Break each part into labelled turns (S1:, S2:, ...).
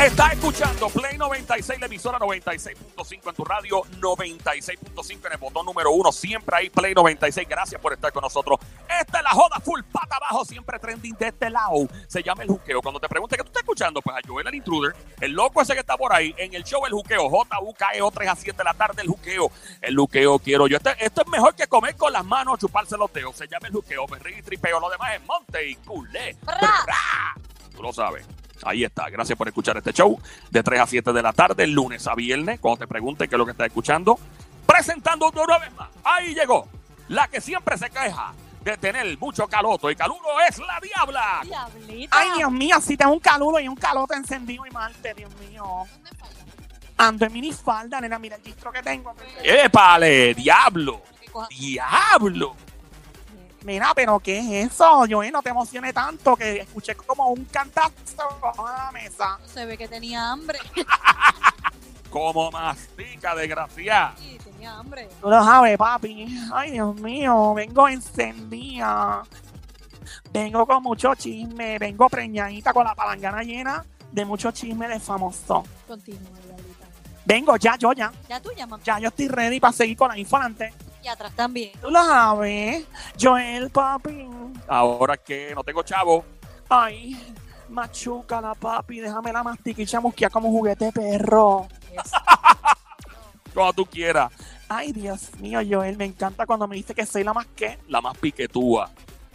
S1: Estás escuchando Play 96, la emisora 96.5 en tu radio, 96.5 en el botón número uno. Siempre ahí Play 96. Gracias por estar con nosotros. Esta es la joda full pata abajo, siempre trending de este lado. Se llama el juqueo. Cuando te pregunte qué tú estás escuchando, pues a Joel el intruder, el loco ese que está por ahí, en el show el juqueo, JUKEO 3 E a 7 de la tarde, el juqueo. El juqueo quiero yo. Este- esto es mejor que comer con las manos, chuparse los dedos. Se llama el juqueo, me río y tripeo. Lo demás es monte y culé. Brrra. Tú lo sabes. Ahí está. Gracias por escuchar este show de 3 a 7 de la tarde, lunes a viernes, cuando te pregunten qué es lo que estás escuchando. Presentando una vez más. Ahí llegó. La que siempre se queja de tener mucho caloto y caluro es la diabla.
S2: Diablita.
S3: Ay, Dios mío, si tengo un caludo y un calote encendido y malte, Dios mío. Ando en minifalda, nena, mira el distro que tengo.
S1: ¡Épale! ¡Diablo!
S2: Qué cosa-
S1: ¡Diablo!
S3: Mira, pero ¿qué es eso? Yo no te emocioné tanto que escuché como un cantazo a la mesa.
S2: Se ve que tenía hambre.
S1: Como mastica, desgraciada.
S2: Sí, tenía hambre.
S3: Tú lo sabes, papi. Ay, Dios mío, vengo encendida. Vengo con mucho chisme, vengo preñadita con la palangana llena de mucho chisme de famoso.
S2: Continúa, Diablita.
S3: Vengo ya, yo ya.
S2: Ya tú llamas.
S3: Ya yo estoy ready para seguir con la infante.
S2: Y atrás también.
S3: Tú lo sabes, Joel, papi.
S1: Ahora que no tengo chavo,
S3: Ay, machúcala, papi, déjame la masticar y chamusquear como juguete de perro.
S1: cuando tú quieras,
S3: Ay, Dios mío, Joel, me encanta cuando me dice que soy la más que.
S1: la más piquetúa.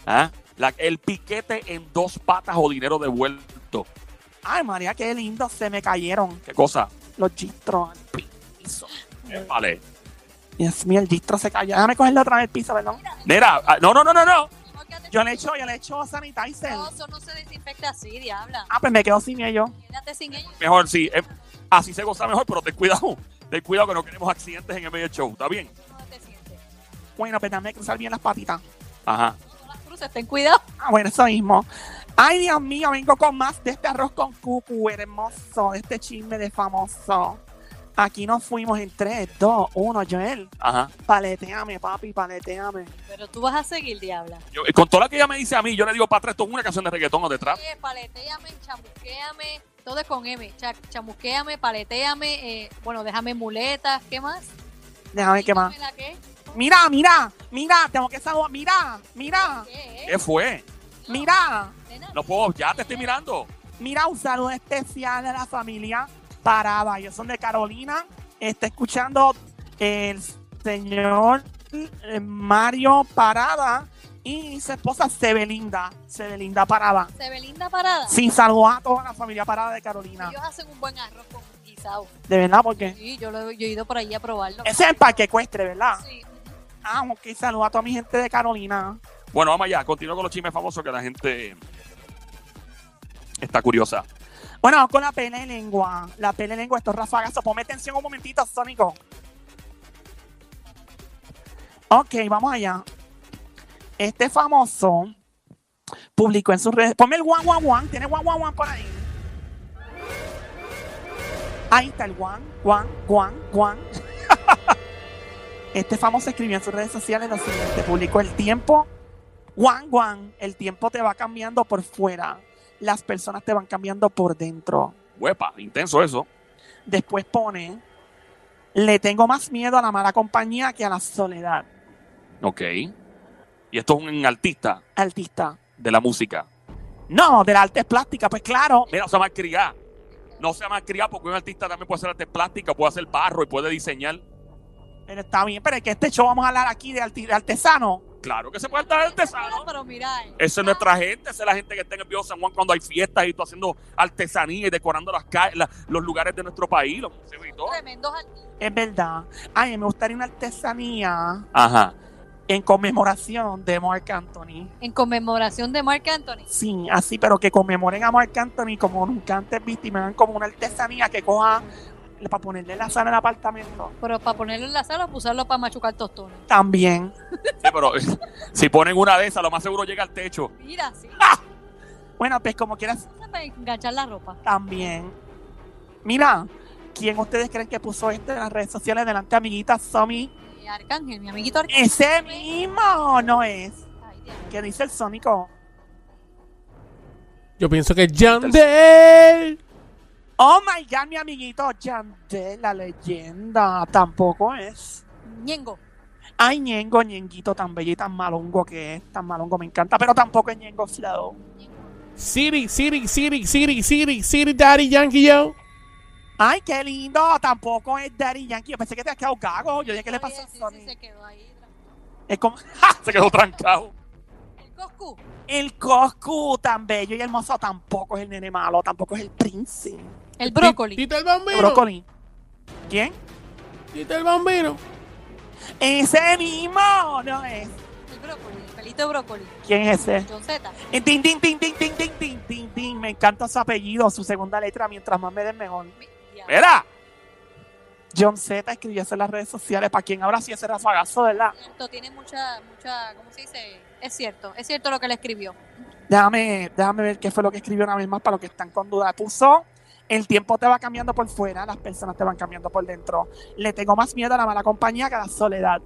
S1: ¿ah? La- el piquete en dos patas o dinero devuelto.
S3: Ay, María, qué lindo, se me cayeron
S1: ¿Qué cosa?
S3: los gistros al piso.
S1: Vale.
S3: Dios mío, el gistro se cayó. Déjame cogerlo otra vez al piso, perdón.
S1: Mira, ah, no, no, no, no, no.
S2: No, quédate-
S3: Yo le echo, yo le echo sanitizer.
S2: No, eso no se desinfecta así, diabla.
S3: Ah, pues me quedo sin ello.
S2: Quédate sin ellos.
S1: Mejor sí. eh, así se goza mejor, pero ten cuidado. Ten cuidado que no queremos accidentes en el medio del show. ¿Está bien?
S2: No te sientes.
S3: Bueno, pues dame cruzar bien las patitas.
S1: Ajá.
S2: No, no las cruces, ten cuidado.
S3: Ah, bueno, eso mismo. Ay, Dios mío, vengo con más de este arroz con cucu, hermoso, de este chisme de famoso. Aquí nos fuimos en 3, 2, 1, Joel.
S1: Ajá.
S3: Paleteame, papi, paleteame.
S2: Pero tú vas a seguir, diabla.
S1: Yo- eh, con toda la que ella me dice a mí, yo le digo, para esto es una canción de reggaetón o de trap.
S2: Eh, paleteame, chamusquéame. Todo es con M. Cha- chamusquéame, paleteame. eh, bueno, déjame muletas. ¿Qué más?
S3: Déjame que más.
S2: Dígame la que-
S3: Mira, mira, mira, tengo que saludar. Mira, mira,
S2: ¿Qué?
S1: ¿Qué fue?
S3: Ah, eh, mira,
S2: Nena,
S1: No puedo, ya te estoy mirando.
S3: mira, un saludo especial a la familia Parada. Ellos son de Carolina. Está escuchando el señor eh, Mario Parada y su esposa Sebelinda. Sebelinda Parada.
S2: Se ve linda parada.
S3: Sí, saludar a toda la familia Parada de Carolina.
S2: Ellos hacen un buen arroz con guisado.
S3: De verdad, porque
S2: Sí, yo, lo, he- yo he ido por ahí a probarlo.
S3: ese es el parque ecuestre, ¿verdad?
S2: Sí.
S3: Ah, ok, saludo a toda mi gente de Carolina.
S1: Bueno, vamos allá. Continúo con los chismes famosos que la gente está curiosa.
S3: Bueno, vamos con la pele de lengua. La pele de lengua, estos rafagazos. Ponme atención un momentito, Sónico. Ok, vamos allá. Este famoso publicó en sus redes. Ponme el guan guan guan. Tiene guan guan guan por ahí. Ahí está el guan, guan, guan, guan. Este famoso escribió en sus redes sociales lo siguiente. Publicó el tiempo. Guan, guan. El tiempo te va cambiando por fuera las personas te van cambiando por dentro.
S1: Huepa, intenso eso.
S3: Después pone, le tengo más miedo a la mala compañía que a la soledad.
S1: Ok. Y esto es un artista
S3: Artista.
S1: de la música.
S3: No, de las artes plásticas, pues claro.
S1: Mira, o sea, más criada. No sea más criada porque un artista también puede hacer arte plástica, puede hacer barro y puede diseñar.
S3: Pero está bien, pero es que este show vamos a hablar aquí de, arti- de artesano.
S1: Claro que se puede estar artesano.
S2: Pero mira, eh,
S1: Esa es nuestra gente, esa es la gente que está en el Viejo San Juan cuando hay fiestas y tú haciendo artesanía y decorando las calles, la- los lugares de nuestro país, los museos y todo.
S2: tremendos artistas.
S3: Es verdad. Ay, me gustaría una artesanía
S1: Ajá.
S3: en conmemoración de Mark Anthony.
S2: En conmemoración de Mark Anthony.
S3: Sí, así, pero que conmemoren a Mark Anthony como nunca antes visto y me hagan como una artesanía que coja para ponerle la sala al apartamento.
S2: Pero para ponerlo en la sala o usarlo para machucar tostones.
S3: También.
S1: Sí, pero si ponen una de esas, lo más seguro llega al techo.
S2: Mira, sí.
S3: Bueno, pues como quieras,
S2: Para enganchar la ropa.
S3: también. Mira, ¿quién ustedes creen que puso esto en las redes sociales delante, amiguita Somi?
S2: Eh, Arcángel, mi amiguito Arcángel.
S3: Ese mismo no es.
S2: Ay, diablo.
S3: ¿Qué dice el Sónico?
S4: Yo pienso que es Yandel.
S3: Oh my god, mi amiguito Yandel, la leyenda. Tampoco es.
S2: Ñengo.
S3: Ay, Ñengo, Ñenguito, tan bello y tan malongo que es. Tan malongo me encanta, pero tampoco es Ñengo Flow.
S4: Siri, Siri, Siri, Siri, Siri, Siri, Daddy Yankee Yo.
S3: Ay, qué lindo. Tampoco es Daddy Yankee. Yo pensé que te has quedado gago. Yo dije, ¿qué le
S2: Está
S3: pasó a
S2: bien, sí,
S3: Sony?
S2: sí, se quedó ahí.
S3: Es como
S1: Se quedó trancado.
S2: El Coscu.
S3: el Coscu, tan bello y hermoso. Tampoco es el nene malo. Tampoco es el príncipe.
S2: El brócoli.
S4: Tito el Bambino.
S3: Brócoli. ¿Quién?
S4: Tito el Bambino.
S3: Ese mismo. No es.
S2: El brócoli. El pelito de brócoli.
S3: ¿Quién es ese?
S2: John Z.
S3: Eh, Tin, tin, tin, tin, tin, tin, tin, tin, tin. Me encanta su apellido, su segunda letra. Mientras más me den mejor. ¿Eh?
S1: Mira,
S3: John Z escribió eso en las redes sociales. ¿Para quién ahora sí ese rafagazo, verdad?
S2: Esto tiene mucha, mucha, ¿cómo se dice? Es cierto, es cierto lo que le escribió.
S3: Déjame, déjame ver qué fue lo que escribió una vez más para los que están con duda. Puso, el tiempo te va cambiando por fuera, las personas te van cambiando por dentro. Le tengo más miedo a la mala compañía que a la soledad.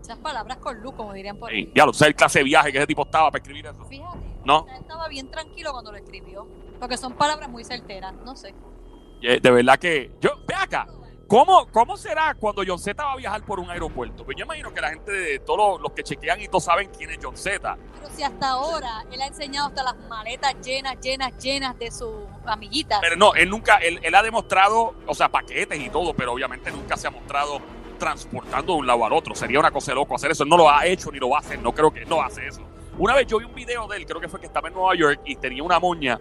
S2: Esas palabras con luz, como dirían por ahí.
S1: Ey, ya lo sé, el clase de viaje que ese tipo estaba para escribir eso.
S2: Fíjate,
S1: No.
S2: él estaba bien tranquilo cuando lo escribió, porque son palabras muy certeras, no sé.
S1: Eh, De verdad que. Yo, ve acá. ¿Cómo, ¿Cómo será cuando John Z va a viajar por un aeropuerto? Pues yo imagino que la gente de todos los, los que chequean y todos saben quién es John Z.
S2: Pero si hasta ahora él ha enseñado hasta las maletas llenas, llenas, llenas de sus amiguitas.
S1: Pero no, él nunca, él, él ha demostrado, o sea, paquetes y todo, pero obviamente nunca se ha mostrado transportando de un lado al otro. Sería una cosa de loco hacer eso. Él no lo ha hecho ni lo va a hacer. No creo que no hace eso. Una vez yo vi un video de él, creo que fue que estaba en Nueva York y tenía una moña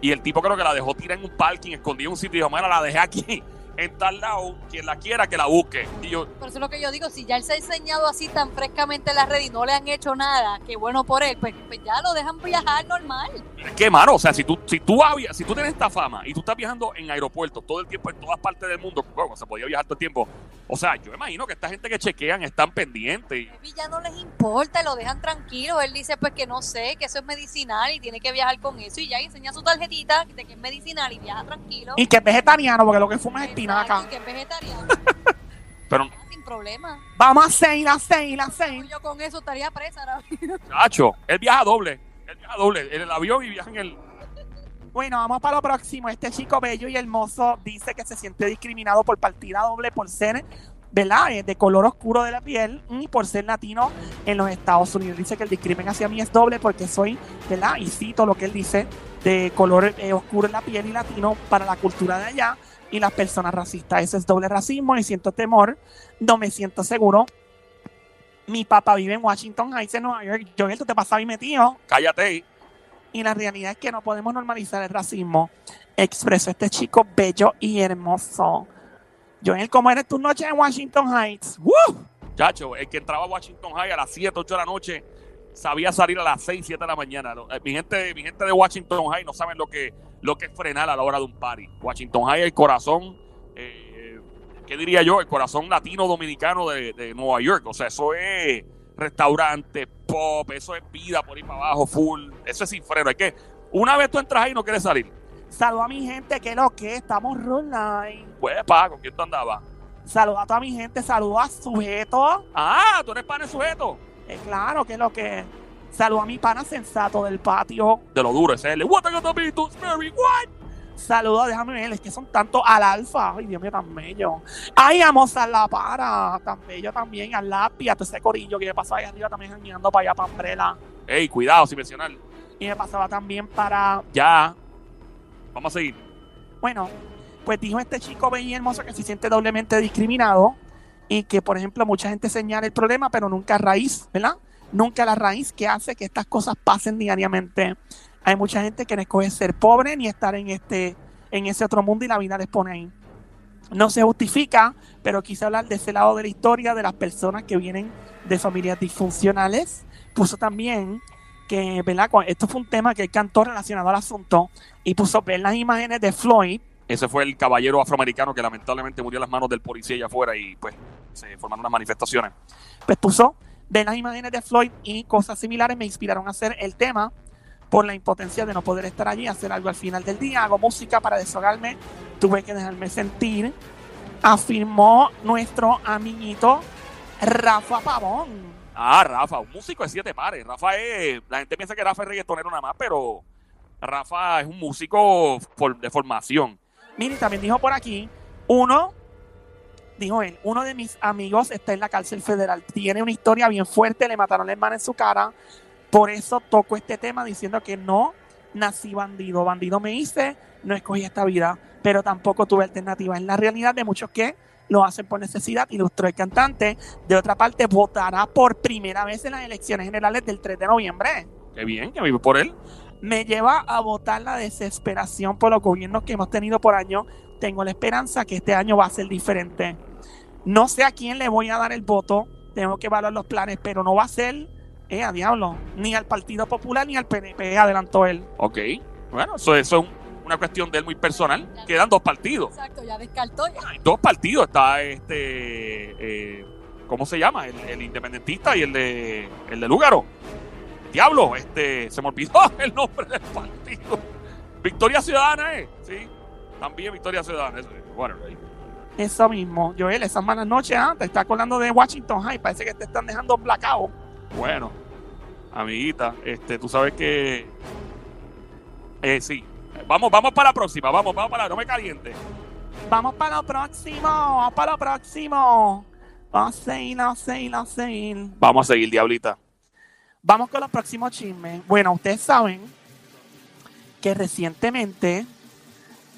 S1: y el tipo creo que la dejó tirar en un parking, escondida en un sitio y dijo, mira, la dejé aquí, en tal lado, quien la quiera que la busque. Y yo,
S2: Por eso es lo que yo digo, si ya él se ha enseñado así tan frescamente en las redes y no le han hecho nada, que bueno por él, pues, pues ya lo dejan viajar normal.
S1: Es que, mano, o sea, si tú, si, tú vas a via- si tú tienes esta fama y tú estás viajando en aeropuertos todo el tiempo, en todas partes del mundo, bueno, se podía viajar todo el tiempo. O sea, yo imagino que esta gente que chequean están pendientes. y-
S2: Maybe ya no les importa, lo dejan tranquilo. Él dice pues que no sé, que eso es medicinal y tiene que viajar con eso. Y ya y enseña su tarjetita de que es medicinal y viaja tranquilo.
S3: Y que es vegetariano, porque lo que fuma es
S2: Exacto,
S3: espinaca.
S2: y que es vegetariano,
S1: Pero,
S2: ah, sin problema.
S3: Vamos a seguir, a seguir, a seguir.
S2: Yo con eso estaría presa. ahora mismo.
S1: chacho, él viaja doble. Él viaja doble en el avión y viaja en el.
S3: Bueno, vamos para lo próximo. Este chico bello y hermoso dice que se siente discriminado por partida doble por ser, ¿verdad? Eh, De color oscuro de la piel y por ser latino en los Estados Unidos. Dice que el discrimen hacia mí es doble porque soy, ¿verdad? Y cito lo que él dice, de color eh, oscuro en la piel y latino para la cultura de allá y las personas racistas. Eso es doble racismo y siento temor, no me siento seguro. Mi papá vive en Washington Heights, en Nueva York. Yo, tú te pasaba y metido
S1: Cállate ahí.
S3: y la realidad es que no podemos normalizar el racismo. Expresó este chico bello y hermoso. Joel, ¿cómo eres tu noche en Washington Heights? ¡Woo!
S1: Chacho, el que entraba a Washington High a las 7, 8 de la noche, sabía salir a las 6, 7 de la mañana. Lo- eh, Mi gente, mi gente de Washington High no saben lo que, lo que es frenar a la hora de un party. Washington High, el corazón, eh, ¿qué diría yo? El corazón latino-dominicano de, de Nueva York. O sea, eso es restaurante, pop, eso es vida por ahí para abajo, full. Eso es sin freno. Es que una vez tú entras ahí no quieres salir.
S3: Saluda a mi gente, que lo que es? estamos online.
S1: Pues, pa, ¿con quién tú andabas?
S3: Saluda a toda mi gente, saluda a sujeto.
S1: Ah, tú eres pan el sujeto.
S3: Eh, claro, que lo que es? Saluda a mi pana sensato del patio.
S1: De lo duro, ese es el. What are you gonna be to Mary?
S3: Saluda, déjame ver, es que son tantos al alfa. Ay, Dios mío, tan bello. Ay, vamos a la para. Tan bello también, al lápiz, a todo ese corillo que me pasaba ahí arriba también jangueando para allá, para Umbrella.
S1: Ey, cuidado, sin mencionar.
S3: y me pasaba también para,
S1: Ya. Vamos a seguir.
S3: bueno, pues dijo este chico bello y hermoso que se siente doblemente discriminado y que, por ejemplo, mucha gente señala el problema, pero nunca raíz, ¿verdad? Nunca la raíz que hace que estas cosas pasen diariamente. Hay mucha gente que no escoge ser pobre ni estar en este, en ese otro mundo y la vida les pone ahí. No se justifica, pero quise hablar de ese lado de la historia de las personas que vienen de familias disfuncionales. Puso también que, ¿verdad? Cu- Esto fue un tema que él cantó relacionado al asunto y puso ver las imágenes de Floyd
S1: Ese fue el caballero afroamericano que lamentablemente murió en las manos del policía allá afuera y pues se formaron unas manifestaciones.
S3: pues puso de las imágenes de Floyd y cosas similares me inspiraron a hacer el tema por la impotencia de no poder estar allí, hacer algo al final del día, hago música para desahogarme, tuve que dejarme sentir, afirmó nuestro amiguito Rafa Pavón.
S1: Ah, Rafa, un músico de siete pares. Rafa es. La gente piensa que Rafa es reggaetonero nada más, pero Rafa es un músico for- de formación.
S3: Mire, también dijo por aquí, uno, dijo él, uno de mis amigos está en la cárcel federal, tiene una historia bien fuerte, le mataron la hermana en su cara, por eso toco este tema diciendo que no nací bandido, bandido me hice, no escogí esta vida, pero tampoco tuve alternativa. Es la realidad de muchos que lo hacen por necesidad, ilustró el cantante. De otra parte, votará por primera vez en las elecciones generales del 3 de noviembre
S1: Qué bien, que vive por él.
S3: me lleva a votar la desesperación por los gobiernos que hemos tenido por año. Tengo la esperanza que este año va a ser diferente. No sé a quién le voy a dar el voto, tengo que evaluar los planes, pero no va a ser, eh, a diablo, ni al Partido Popular ni al PNP, adelantó él.
S1: Ok. Bueno, eso, eso es un- una cuestión de él muy personal. Quedan dos partidos.
S2: Exacto, ya descartó. ya.
S1: Hay dos partidos. Está este. eh, ¿Cómo se llama? El, el independentista y el de, el de Lúgaro. Diablo, este. Se me olvidó el nombre del partido. Victoria Ciudadana, ¿eh? Sí. También Victoria Ciudadana. Eso, es. Bueno, ahí.
S3: Eso mismo, Joel, esas malas noches, ah, te está acordando de Washington High, parece que te están dejando blackout.
S1: Bueno, amiguita, este, tú sabes que. Eh, sí. Vamos, vamos para la próxima, vamos, vamos para la, no me caliente.
S3: Vamos para lo próximo, vamos para lo próximo. Vamos a seguir, vamos a seguir, vamos a seguir.
S1: Vamos a seguir, diablita.
S3: Vamos con los próximos chismes. Bueno, ustedes saben que recientemente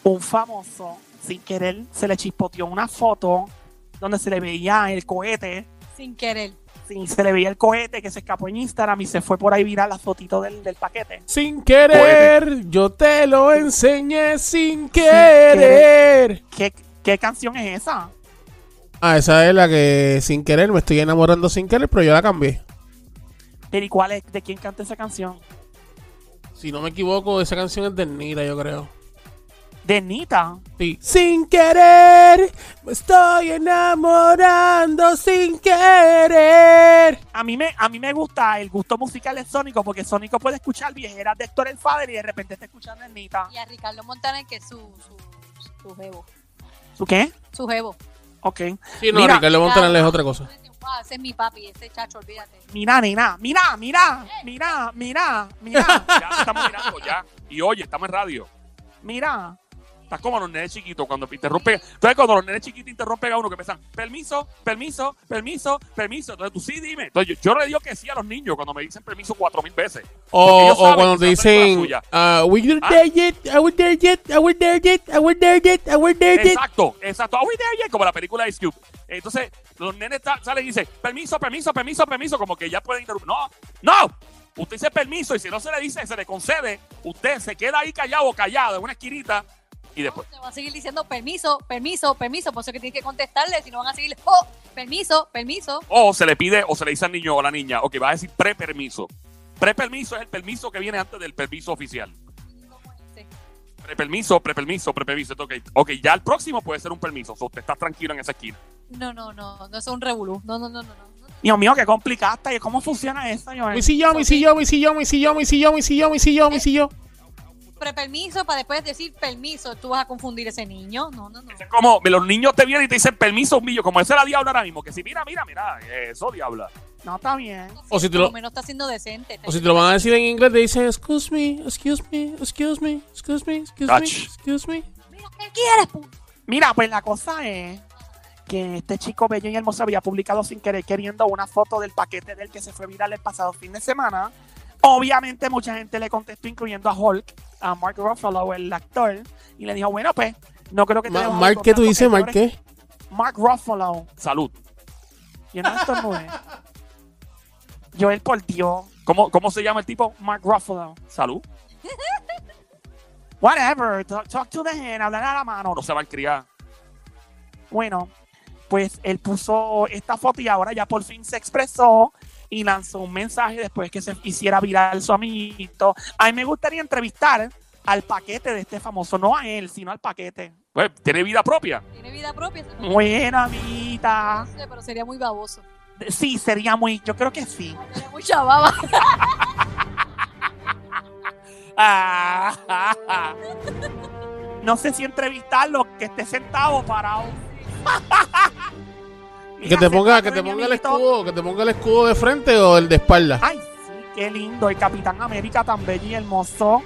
S3: un famoso, sin querer, se le chispoteó una foto donde se le veía el cohete,
S2: Sin querer.
S3: sí, se le veía el cohete que se escapó en Instagram y se fue por ahí viral la fotito del, del paquete.
S4: Sin querer, yo te lo enseñé sin querer.
S3: querer. ¿Qué, qué canción es esa?
S4: Ah, esa es la que sin querer, me estoy enamorando sin querer, pero yo la cambié.
S3: Pero ¿y cuál es? ¿De quién canta esa canción?
S4: Si no me equivoco, esa canción es de Nira, yo creo.
S3: De Nita.
S4: Sí. Sin querer, me estoy enamorando sin querer.
S3: A mí, me, a mí me gusta el gusto musical de Sónico porque Sónico puede escuchar viejeras de Héctor El Fader y de repente está escuchando a Nita.
S2: Y a Ricardo Montaner, que es su, su, su jevo.
S3: ¿Su qué?
S2: Su jevo.
S3: Ok.
S4: Sí, no,
S3: Mira,
S4: Ricardo Montaner es otra cosa.
S2: Ah, ese es mi papi, ese chacho, olvídate.
S3: Mira, nena, mira, mira, mira, mira, mira,
S1: Ya te estamos mirando ya. Y oye, estamos en radio.
S3: mira.
S1: Estás como los nenes chiquitos cuando interrumpe. Entonces, cuando los nenes chiquitos interrumpen a uno que piensan, permiso, permiso, permiso, permiso. Entonces tú sí dime. Entonces yo, yo le digo que sí a los niños cuando me dicen permiso cuatro mil veces. Porque
S4: O,
S1: ellos
S4: o
S1: saben
S4: cuando te
S1: que esa
S4: dicen,
S1: película es suya.
S4: ah, we were there yet, I were there yet, I were there yet, I were there yet, I were there yet.
S1: Exacto, exacto. Ah, we there yet, como la película Ice Cube. Entonces, los nenes ta- salen y dicen, permiso, permiso, permiso, permiso, como que ya pueden interrumpir. No, no. Usted dice permiso y si no se le dice, se le concede, usted se queda ahí callado o callado en una esquinita y después.
S2: Te va a seguir diciendo permiso, permiso, permiso. Por eso que tienes que contestarle, si no van a seguir, oh, permiso, permiso.
S1: O se le pide o se le dice al niño o a la niña, ok, va a decir prepermiso. Prepermiso es el permiso que viene antes del permiso oficial.
S2: ¿Cómo es ese?
S1: Prepermiso, prepermiso, prepermiso. Entonces, Ok, ok, ya el próximo puede ser un permiso. O sea, usted está tranquilo en esa esquina.
S2: No, no, no, no es un revolú. No, no, no, no. no.
S3: Dios mío, qué complicada está. ¿Y cómo funciona eso, Joel?
S4: Mi sillón, mi sillón, mi sillón, mi sillón, mi sillón, mi sillón, mi sillón, mi sillón.
S2: Prepermiso para después decir permiso. Tú vas a confundir ese niño. No, no, no.
S1: Es como los niños te vienen y te dicen permiso, humillo, como esa es la diabla ahora mismo. Que si mira, mira, mira, eso diabla.
S3: No, está bien.
S4: O si te
S2: Por
S4: lo-
S2: menos está siendo decente.
S4: O si te lo van a decir en inglés, te dicen, excuse me, excuse me, excuse me, excuse me, excuse me,
S1: Touch.
S4: excuse me.
S2: Mira, ¿qué quieres, pu-
S3: Mira, pues la cosa es que este chico bello y hermoso había publicado sin querer queriendo una foto del paquete del que se fue viral el pasado fin de semana. Obviamente mucha gente le contestó, incluyendo a Hulk, a Mark Ruffalo, el actor, y le dijo, bueno, pues, no creo que te
S4: Ma-
S3: debas
S4: Mark, ¿qué tú
S3: autocontar
S4: dices,
S3: porque
S4: Mark,
S3: tú eres-
S4: qué?
S3: Mark Ruffalo.
S1: Salud.
S3: Yo no estornudé. Joel, por Dios.
S1: ¿Cómo, cómo se llama el tipo?
S3: Mark Ruffalo.
S1: Salud.
S3: Whatever. Talk, talk to the hand. Hablar a la mano.
S1: No, no se va a criar.
S3: Bueno, pues él puso esta foto y ahora ya por fin se expresó y lanzó un mensaje después que se hiciera viral su amiguito. A mí me gustaría entrevistar al paquete de este famoso. No a él, sino al paquete.
S1: Pues, tiene vida propia.
S2: Tiene vida propia. ese no-
S3: Bueno, amiguita.
S2: no sé, Pero sería muy baboso.
S3: Sí, sería muy... Yo creo que sí.
S2: Sería muy chababa.
S1: Ah, ah, ah.
S3: No sé si entrevistarlo, que esté sentado parado.
S4: Que te ponga, que te ponga el escudo, que te ponga el escudo de frente o el de espalda.
S3: Ay, sí, qué lindo. El Capitán América tan bello y hermoso.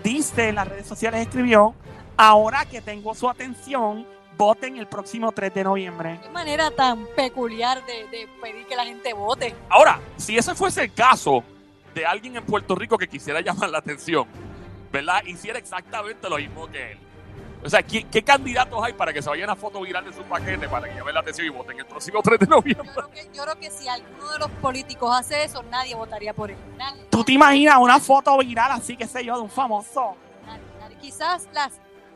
S3: Dice en las redes sociales, escribió, Ahora que tengo su atención, voten el próximo 3 de noviembre.
S2: Qué manera tan peculiar de, de pedir que la gente vote.
S1: Ahora, si ese fuese el caso de alguien en Puerto Rico que quisiera llamar la atención, ¿verdad? Hiciera exactamente lo mismo que él. O sea, ¿qué, qué candidatos hay para que se vayan a foto viral de su paquete para que llamen la atención y voten el próximo 3 de
S2: Yo
S1: noviembre?
S2: creo, que, yo creo que si alguno de los políticos hace eso, nadie votaría por él. Nadie,
S3: ¿Tú te imaginas una foto viral así, qué sé yo, de un famoso?
S2: nadie, nadie. Quizás las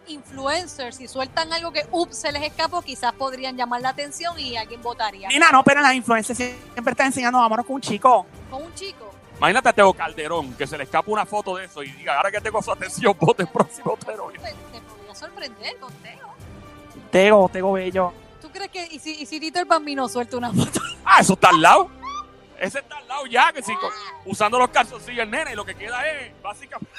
S2: influencers, si sueltan algo que ups, se les escapó, quizás podrían llamar la atención y alguien votaría.
S4: Eh.
S3: Nina, no, pero las influencias siempre están enseñando vámonos con un chico.
S2: Con un chico.
S1: Imagínate a Teo Calderón, que se le escapa una foto de eso y diga, ahora que tengo su atención, voten el próximo 3 de noviembre.
S2: Te, pues, te podría sorprender con Teo.
S3: Tego, Tego Bello.
S2: ¿Tú crees que y si, y si Tito el Bambino suelta una foto?
S1: Ah, eso está al lado. Ese está al lado ya, que si con- usando los calzoncillos el nene, lo que queda es básicamente...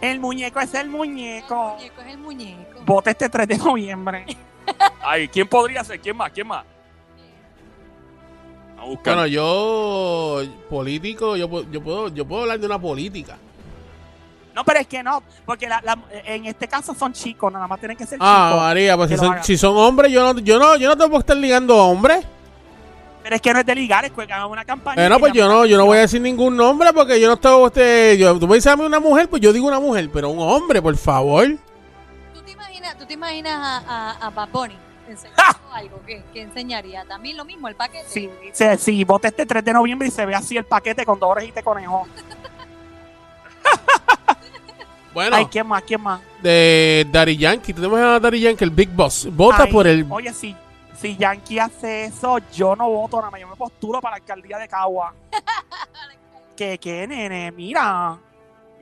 S3: El muñeco es el muñeco.
S2: El muñeco es el muñeco.
S3: Vote este 3 de noviembre.
S1: Ay, ¿quién podría ser? ¿Quién más? ¿Quién más? A buscar.
S4: Bueno, yo político, yo, pu- yo puedo, yo puedo hablar de una política.
S3: No, pero es que no, porque la- la- en este caso son chicos, nada más tienen que ser
S4: Ah,
S3: chicos.
S4: María, pues
S3: que
S4: si
S3: lo
S4: son,
S3: haga.
S4: si son hombres, yo no, yo no, yo no te puedo estar ligando a hombres.
S3: Pero es que no es de ligar, es que hagan una campaña.
S4: Eh, no,
S3: que
S4: pues
S3: llame
S4: yo
S3: la
S4: no, yo no
S3: atención.
S4: voy a decir ningún nombre porque yo no estoy, este, yo, tú me dices a mí una mujer, pues yo digo una mujer, pero un hombre, por favor.
S2: ¿Tú te imaginas, tú te imaginas a, a, a Bad Bunny
S3: ¡Ja!
S2: enseñando algo que, que enseñaría? También lo mismo, el paquete.
S3: Sí, sí, sí, vote este 3 de noviembre y se ve así el paquete con dos orejitas de conejo.
S4: Bueno,
S3: Ay, ¿quién más? ¿Quién más?
S4: de Daddy Yankee, tenemos a Daddy Yankee, el Big Boss. Vota
S3: Ay,
S4: por el
S3: Oye, sí. Si Yankee hace eso, yo no voto nada más. Yo me posturo para la alcaldía de Cagua. que qué, nene? Mira.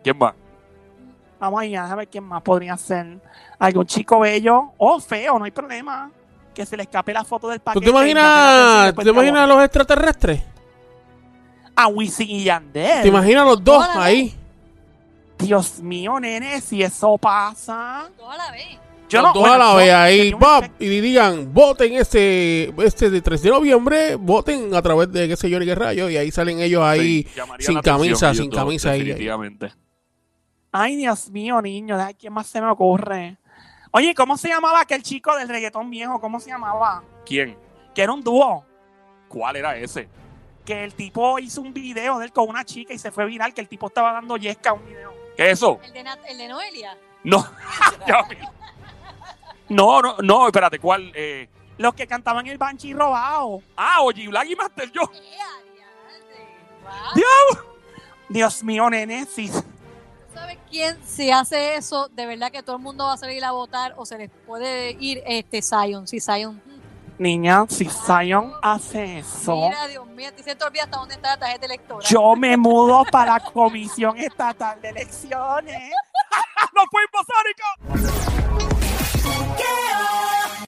S1: ¿Quién más?
S3: Vamos allá, a ver quién más podría ser. Algún chico bello o feo, no hay problema. Que se le escape la foto del
S4: ¿Tú
S3: paquete.
S4: te imaginas, ¿tú te imaginas a los extraterrestres?
S3: A Wisin y Yandel.
S4: ¿Te imaginas los dos
S2: Hola.
S4: ahí?
S3: Dios mío, nene, si eso pasa.
S2: Toda la vez.
S3: Yo
S4: los
S3: no
S4: dos
S3: bueno,
S4: a la
S3: yo-
S4: vez ahí,
S3: sería un
S4: pop,
S3: efecto-
S4: y digan, voten este, este de 3 de noviembre, voten a través de qué sé yo, ni qué rayo, y ahí salen ellos ahí.
S1: Sí, llamaría
S4: sin
S1: la atención
S4: camisa,
S1: a
S4: sin
S1: YouTube,
S4: camisa ahí.
S1: Definitivamente.
S3: Ay, Dios mío, niño, ay, ¿quién más se me ocurre? Oye, ¿cómo se llamaba aquel chico del reggaetón viejo? ¿Cómo se llamaba?
S1: ¿Quién?
S3: Que era un dúo.
S1: ¿Cuál era ese?
S3: Que el tipo hizo un video de él con una chica y se fue viral, que el tipo estaba dando yesca a un video.
S1: ¿Qué es eso?
S2: El de, Nat- el de Noelia.
S1: No. Ya vi. no, no, no, espérate, ¿cuál? Eh?
S3: Los que cantaban el banshee robado.
S1: Ah, oye, Black y Master yo.
S2: ¡Eh, adiante! Wow.
S3: Dios mío, nene, sí.
S2: ¿Sabes quién? Si hace eso, de verdad que todo el mundo va a salir a votar o se les puede ir este Zion. Si Zion.
S3: Niña, si Zion hace eso,
S2: Mira, Dios mío, a ti se te olvida hasta dónde está la tarjeta electoral.
S3: yo me mudo para la Comisión Estatal de Elecciones.
S1: ¡Nos fuimos, Sónico!